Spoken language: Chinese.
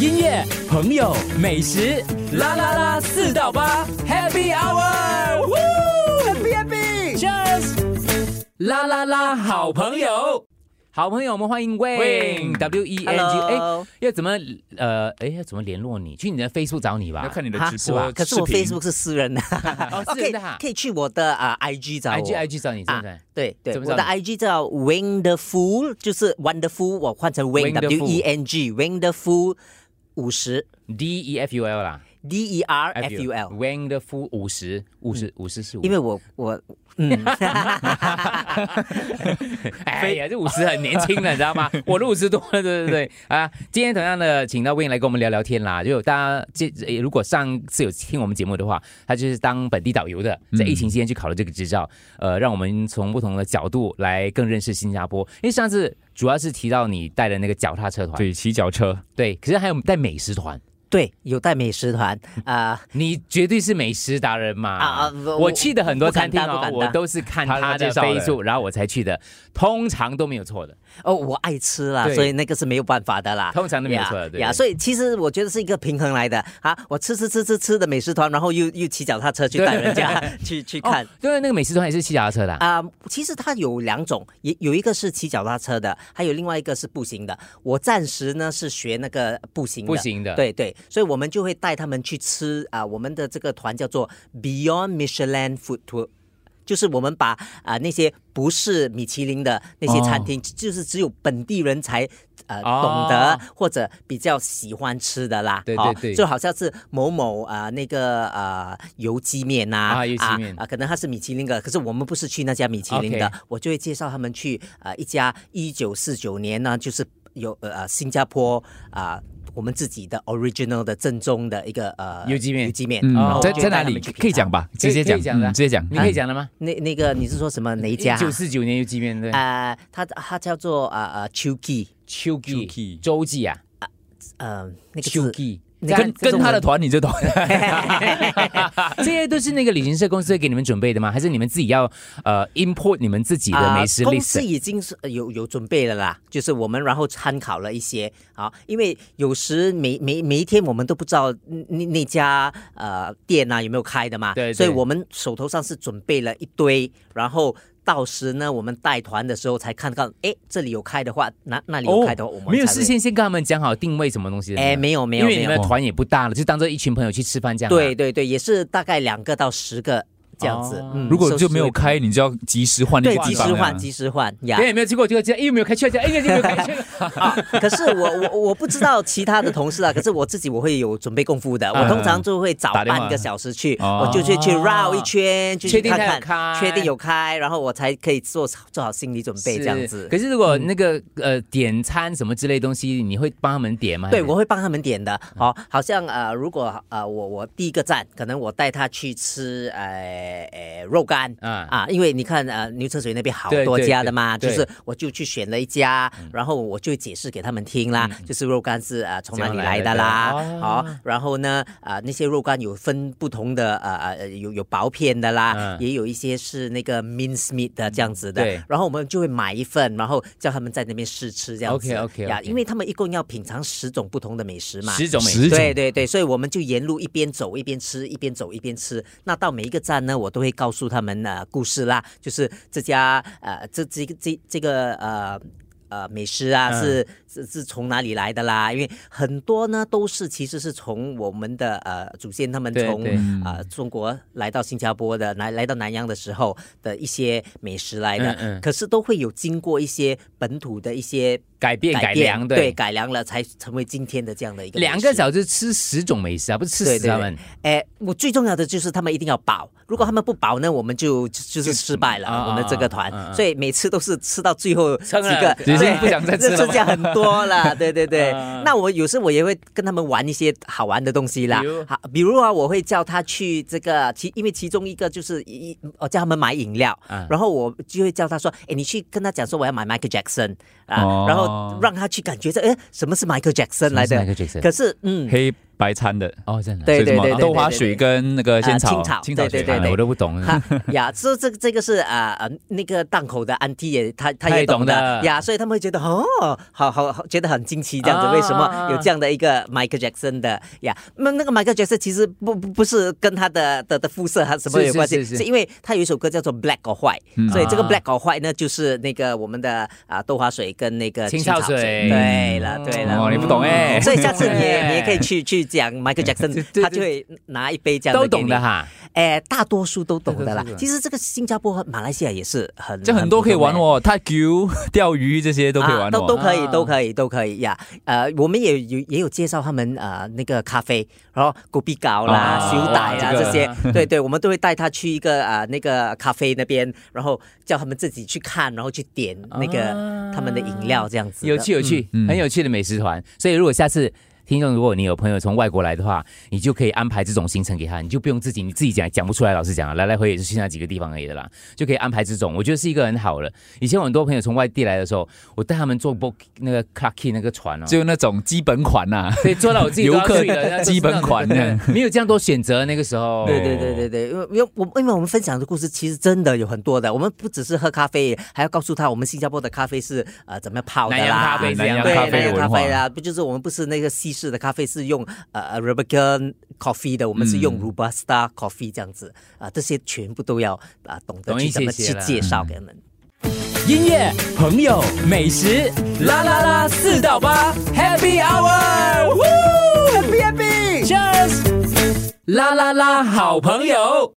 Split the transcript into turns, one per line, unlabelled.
音乐、朋友、美食，啦啦啦，四到八，Happy Hour，Happy Happy，Cheers，啦啦啦，好朋友。好朋友，我们欢迎 Wayne W E N G，哎
Hello，
要怎么呃，哎，要怎么联络你？去你的 Facebook 找你吧。
要看你的
啊
直
是
播
吧
视频，
可是我 Facebook 是 私人的，
哦私
可
人
以
的啊
可以去我的啊 IG 找我
IG IG 找你，对不对
啊？，对对，
怎
我
么找
的
你
IG 叫 Wonderful，就是 Wonderful，我换成 Wing
Wonderful
W E N G Wonderful 五十
D E F U L 啦
D E R F U L，
Wonderful 五十五十五十是五，
因为我我嗯，
哎呀，这五十很年轻了，你知道 吗？我都五十多了，对对对啊！今天同样的，请到 Win 来跟我们聊聊天啦。就大家这呃如果上次有听我们节目的话，他就是当本地导游的，在疫情期间去考了这个执照，呃，让我们从不同的角度来更认识新加坡。因为上次主要是提到你带的那个脚踏车团，
对骑脚
哦
车，
对，可是还有带美食团。
对，有带美 食团啊
你绝对是美食达人嘛！
啊啊我
我去的很多餐厅
不敢
哦
当，不
我
敢当
都是看
他
他
介
的
绍的
Facebook，然后我才去的，通常都没有错的。
哦，我爱吃啦，
对
所以那个是没有办法的啦。
通常都没有错的对
呀，所以其实我觉得是一个平衡来的啊。我吃吃吃吃吃的美食团，然后又又骑脚踏车去带人家去去看
哦。对，那个美食团也是骑脚踏车的啊、
啊、其实它有两种，也有一个是骑脚踏车的，还有另外一个是步行的。我暂时呢是学那个步行的，
步行的
对对，所以我们就会带他们去吃啊、我们的这个团叫做 Beyond Michelin Food Tour。就是我们把啊、那些不是米其林的那些餐厅，就是只有本地人才呃、
哦
懂得或者比较喜欢吃的啦。
对
哦
对对
就好像是某某啊、那个呃油鸡面呐、
啊油鸡面
啊，可能它是米其林的，可是我们不是去那家米其林的
OK
我就会介绍他们去呃一家一九四九年呢，就是有呃呃新加坡啊、我们自己的 original 的正宗的一个呃
油鸡面
油鸡面，然
嗯
后，
在
我就
在
带
哪
他
里
们去品
可以讲
尝？
吧？直接讲，
可以讲的
嗯直接讲，
你可以
嗯
讲了吗？
那那个你是说什么啊哪一家？
九四九年有几面的
呃，它它叫做呃呃 Chuki，
秋季、
Chuki
周记啊，
呃那个
秋
字
季。
那
跟
跟
这
跟
种
他的
人
团，你这团
嗯
这些都是那个旅行社公司会给你们准备的吗？还是你们自己要呃 import 你们自己的
啊，
美食
公司
list？
已经是呃有有准备了啦，就是我们然后参考了一些啊，因为有时每每每一天我们都不知道嗯那那家呃店啊有没有开的嘛，
对对
所以我们手头上是准备了一堆，然后到时呢我们带团的时候才看到，哎这里有开的话，那那里有开的话，我们
哦没有
才会
事。先先跟他们讲好定位什么东西的吗。
哎，没有没
因
有
为
没
你
有
们的，团也不大了，就当做一群朋友去吃饭这样啊。
对对对，也是大概两个到十个这样子
哦。
嗯
如果
收
就没有
拾
开，你就要及时换那
对
个
及
地
时
方了
换及时换
别
呀
人，有没有去过这个街？哎，有没有开去过这个？哎，有没有开去过？
啊，可是我我我不知道其他的同事 啊，可是我自己我会有准备功夫
啊
的，我通常就会早
打电话
半个小时去，
哦
我就去去绕一圈，就
确
去
定它
看
有
看，
开
确定有开，然后我才可以做做好心理准备这样
是哎
子嗯
可。是如果那个呃点餐什么之类的东西，你会帮他们点吗？
对，我会帮他们点的。
嗯
好、好像呃，如果呃，我我第一个站，可能我带他去吃呃呃肉干
啊
啊因为你看呃牛车水那边好
对
多
对
家的嘛，
对嗯
就是我就去选了一家，然后我就解释给他们听啦，就是肉干是呃从哪里
怎么来
来
的
的啦，
哦
好、然后呢呃那些肉干有分不同的呃呃有有薄片的啦，
嗯
也有一些是那个 mince meat 的这样子的，
对
然后我们就会买一份，然后叫他们在那边试吃这样子
OK，OK，OK
呀因为他们一共要品尝十种不同的美食嘛，
十种美
十
食，
种
对对对，所以我们就沿路一边走一边吃，一边走一边吃。那到每一个站呢，我都会告诉他们呃故事啦，就是这家呃这这个这这个呃。呃，美食啊，
嗯
是是是从哪里来的啦？因为很多呢都是其实是从我们的呃祖先他们
对
从
对
啊、中国来到新加坡的，来来到南洋的时候的一些美食来的，
嗯嗯
可是都会有经过一些本土的一些
改变改良
对改良了才成为今天的这样的一个
两
美
个
食
小时吃十种美食啊，不是吃
对
死
对
他
对
们。，
哎，我最重要的就是他们一定要饱，如果他们不饱呢，我们就就就是失败
啊啊
了，我们这个团
啊啊啊，
所以每次都是吃到最后几
撑了
个，
已经
对
不想再吃了
这剩下很多了，对对 对
啊。
那我有时我也会跟他们玩一些好玩的东西啦
比如，
好，比如啊，我会叫他去这个其，因为其中一个就是一我叫他们买饮料
啊，
然后我就会叫他说，哎，你去跟他讲说我要买 Michael Jackson 啊
哦，
然后让他去感觉这，哎，什么是 Michael Jackson 来的
Michael Jackson？
可是嗯。
黑白餐的，
哦，真的，
所
对
以什么
对对对
豆花水跟那个仙
啊
草
青草
青草
对
水
对
啊
嘛
对
我都不懂。
哈呀，这这这个是啊呃那个档口的安迪也他他
他也
也懂
懂的
的呀，所以他们会觉得哦，好好好，觉得很惊奇这样子，
啊
为什么有这样的一个 Michael Jackson 的呀？那那个 Michael Jackson 其实不不不是跟他的的的肤色还是什么
是
有关系，
是是是
因为他有一首歌叫做 Black or White，、
嗯
所以这个
啊
Black or White 呢就是那个我们的啊豆花水跟那个
青
青
草
草
水
水，对了对了，嗯
哦，你不懂哎、
所以下次你也
对
你也可以去 去讲 Michael
对
Jackson，
欸对
他就会拿一杯这样
都
给
懂
你
的哈，
哎，大多数都懂的
大多
啦
数都。懂
其实这个新加坡和马来西亚也是很，
这很多可以玩哦，泰 Q 钓鱼这些都
很
可
普
以
通的，
玩
啊，都都
哦。
可以，
啊
都可以，都可以呀。呃，我们也有也有介绍他们呃那个咖啡，然后狗比糕啦、
啊
修带啦
哇这个
这些，对对，我们都会带他去一个呃那个咖啡那边，然后叫他们自己去看，然后去点那
啊
个他们的饮料这样子的。
有趣有趣，
嗯嗯
很有趣的美食团。所以如果下次。听众，如果你有朋友从外国来的话，你就可以安排这种行程给他，你就不用自己你自己讲讲不出来。老实讲啊，来来回也是去那几个地方而已的啦，就可以安排这种，我觉得是一个很好的。以前我很多朋友从外地来的时候，我带他们坐 book 那个 Clarky 那个船哦，
就那种基本款啊呐、
所以坐到我自己都要醉了
游客
那就是
基本款
那种没有这样多选择那个时候。
对对对对对，因为因为我因为我们分享的故事其实真的有很多的，我们不只是喝咖啡，还要告诉他我们新加坡的咖啡是呃怎么样泡的
南洋
啦，
咖啡这样
南洋
对，
咖啡
那个
文
咖
化
啡啦，不就是我们不是那个西式的咖啡是用呃 Arabica coffee 的，我们是
嗯
用 Robusta coffee 这样子啊、这些全部都要啊、懂得
懂一
去
些
怎么
些
去
啦
介绍给他们。
音乐、朋友、美食，啦啦啦，四到八，Happy Hour，Happy Happy，Cheers，啦啦啦，好朋友。